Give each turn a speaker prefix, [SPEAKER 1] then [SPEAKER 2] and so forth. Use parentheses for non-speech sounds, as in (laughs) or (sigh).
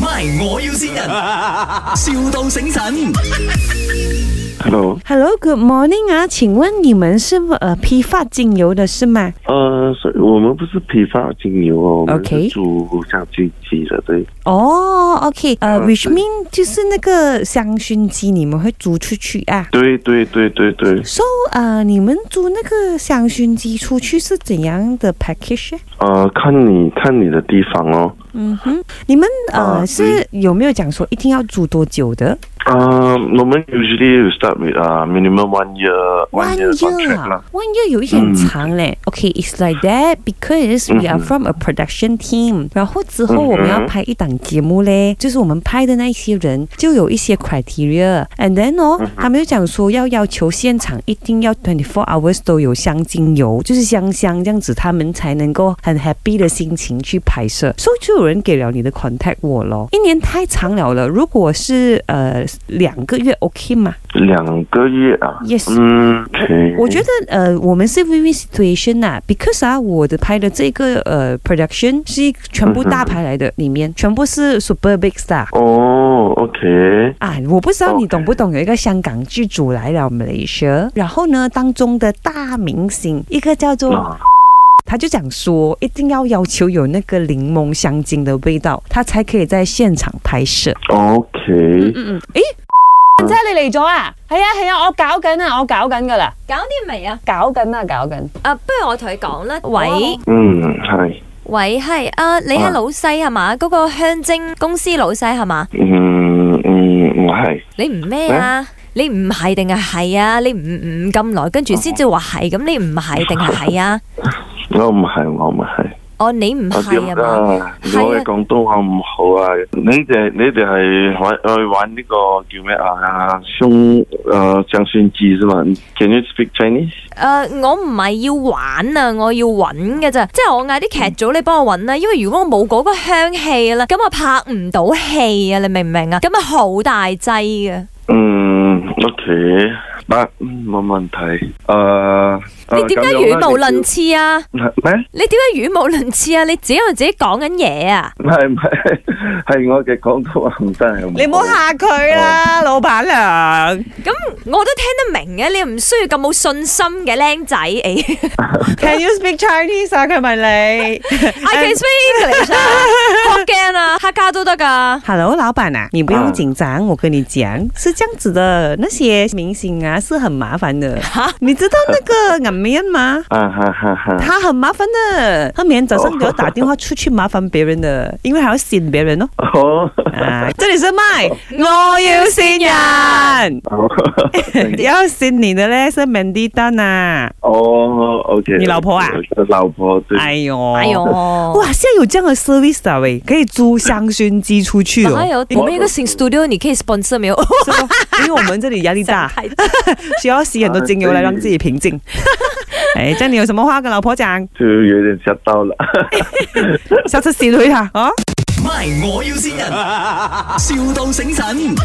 [SPEAKER 1] MY，我要先人， (laughs) 笑到醒神。
[SPEAKER 2] Hello，
[SPEAKER 3] Hello，Good morning 啊，请问你们是呃批发精油的是吗？
[SPEAKER 2] 呃，所以我们不是批发精油哦，我们
[SPEAKER 3] OK
[SPEAKER 2] 是做香薰机的，对，
[SPEAKER 3] 哦、o k 呃、
[SPEAKER 2] 嗯
[SPEAKER 3] w h i c h mean 就是那个香薰机，你们会租出去啊
[SPEAKER 2] 对对对对对，
[SPEAKER 3] ？So 呃，你们租那个香薰机出去是怎样的 package？啊
[SPEAKER 2] 呃，看你看你的地方哦，
[SPEAKER 3] 嗯哼，你们呃、
[SPEAKER 2] 啊
[SPEAKER 3] 是有没有讲说一定要租多久的？
[SPEAKER 2] 呃，我们 usually we start with 啊、minimum one year one year contract 啦嗯
[SPEAKER 3] 啊，，one year 有一点长嘞。OK，it's、like that because we are
[SPEAKER 2] 嗯哼
[SPEAKER 3] from a production team、然后之后我们要
[SPEAKER 2] 嗯哼
[SPEAKER 3] 拍一档节目嘞，就是我们拍的那一些人就有一些 criteria，and then 哦，
[SPEAKER 2] 嗯
[SPEAKER 3] 他们就讲说要要求现场一定要 twenty four hours 都有香精油，就是香香这样子，他们才能够很 happy 的心情去拍摄。所以就有人给了你的 contact 我咯。一年太长了了，如果是呃两个月 OK 吗
[SPEAKER 2] 两个月啊
[SPEAKER 3] ？Yes。
[SPEAKER 2] 嗯，OK，
[SPEAKER 3] 我觉得呃，我们是 win win situation 啊，because 啊，我的拍的这个呃 production 是一全部大牌来的，里面全部是 super big star。
[SPEAKER 2] 哦，OK，
[SPEAKER 3] 啊，我不知道你
[SPEAKER 2] OK
[SPEAKER 3] 懂不懂有一个香港剧组来了马来西亚，然后呢，当中的大明星一个叫做
[SPEAKER 2] 啊，
[SPEAKER 3] 他就讲说，一定要要求有那个柠檬香精的味道，他才可以在现场拍摄。
[SPEAKER 2] OK，
[SPEAKER 3] 嗯嗯，诶，真係你嚟咗啊？係啊係啊，我搞緊啊，我搞緊㗎啦，
[SPEAKER 4] 搞掂未啊？
[SPEAKER 3] 搞緊啊，搞緊。
[SPEAKER 4] 啊，不如我同佢講啦。喂
[SPEAKER 2] 嗯，系，
[SPEAKER 4] 喂，係啊，你係老細係嘛？嗰個香精公司老細係嘛？
[SPEAKER 2] 嗯嗯，我系。
[SPEAKER 4] 你唔咩啊？你唔係定係係啊？你唔唔咁耐，跟住先至話係，咁你唔係定係係啊？
[SPEAKER 2] 我哦唔系，我唔系，
[SPEAKER 4] 哦，你唔
[SPEAKER 2] 我
[SPEAKER 4] 係啊
[SPEAKER 2] 點
[SPEAKER 4] 嘛？
[SPEAKER 2] 啊？
[SPEAKER 4] 係啊
[SPEAKER 2] 我嘅廣東話唔好啊！你哋你哋係玩去玩呢個叫咩啊？胸诶相算機是嘛？Can you speak Chinese？
[SPEAKER 4] 誒、呃我唔係要玩啊，我要揾嘅咋，即係我嗌啲劇組你幫我揾啦，因為如果我冇嗰個香氣啦，咁我拍唔到戲啊，你明唔明啊？咁啊好大劑嘅，
[SPEAKER 2] 嗯，OK，得冇問題。诶、ờ,
[SPEAKER 4] 你點解語無倫
[SPEAKER 2] 次？
[SPEAKER 4] 次啊？
[SPEAKER 2] 咩？
[SPEAKER 4] 你點解語無倫次啊？你自己同自己講緊嘢啊？
[SPEAKER 2] 唔係唔 (laughs) 係，係我嘅廣東話唔真係
[SPEAKER 3] 你唔好嚇佢啦，老闆娘。
[SPEAKER 4] 咁我都聽得明嘅，你唔需要咁冇信心嘅僆仔。哎
[SPEAKER 3] (laughs)
[SPEAKER 4] 誒
[SPEAKER 3] Can you speak Chinese 啊？佢問你。
[SPEAKER 4] I can speak English 啊，
[SPEAKER 3] (laughs)
[SPEAKER 4] 學驚啊，客家都得㗎。
[SPEAKER 3] Hello，老闆啊，你不用
[SPEAKER 2] 啊
[SPEAKER 3] 緊張，我跟你講，是這樣子的，那些明星啊是很麻煩的。你知道那個颜面嗎？
[SPEAKER 2] 啊哈哈哈！
[SPEAKER 3] 他很麻煩的，他每天早上都要打電話出去麻煩別人的，因為還要扇別人哦。
[SPEAKER 2] (laughs) 好，
[SPEAKER 3] 啊，這裡是麥，我要扇人，
[SPEAKER 2] 好，
[SPEAKER 3] (laughs) 要扇你的嘞是 Mandy Dan 啊，
[SPEAKER 2] 哦，OK。
[SPEAKER 3] 你老婆啊？
[SPEAKER 2] 老婆對。
[SPEAKER 3] 哎呦，
[SPEAKER 4] 哎呦，哇
[SPEAKER 3] 哇，，现在有这样的 service 啊喂，可以租香薰机出去哦
[SPEAKER 4] 哪。有？我们一个新 studio，你可以
[SPEAKER 3] (laughs)
[SPEAKER 4] sponsor 没有？
[SPEAKER 3] 是吗因为我们这里压力 (laughs) 大，需要吸很多精油来让自己平 (laughs) 静。哎，这样你有什么话跟老婆讲？
[SPEAKER 2] 就有点吓到了。
[SPEAKER 3] 下次洗回她啊。
[SPEAKER 1] MY，我要先人，笑到醒神。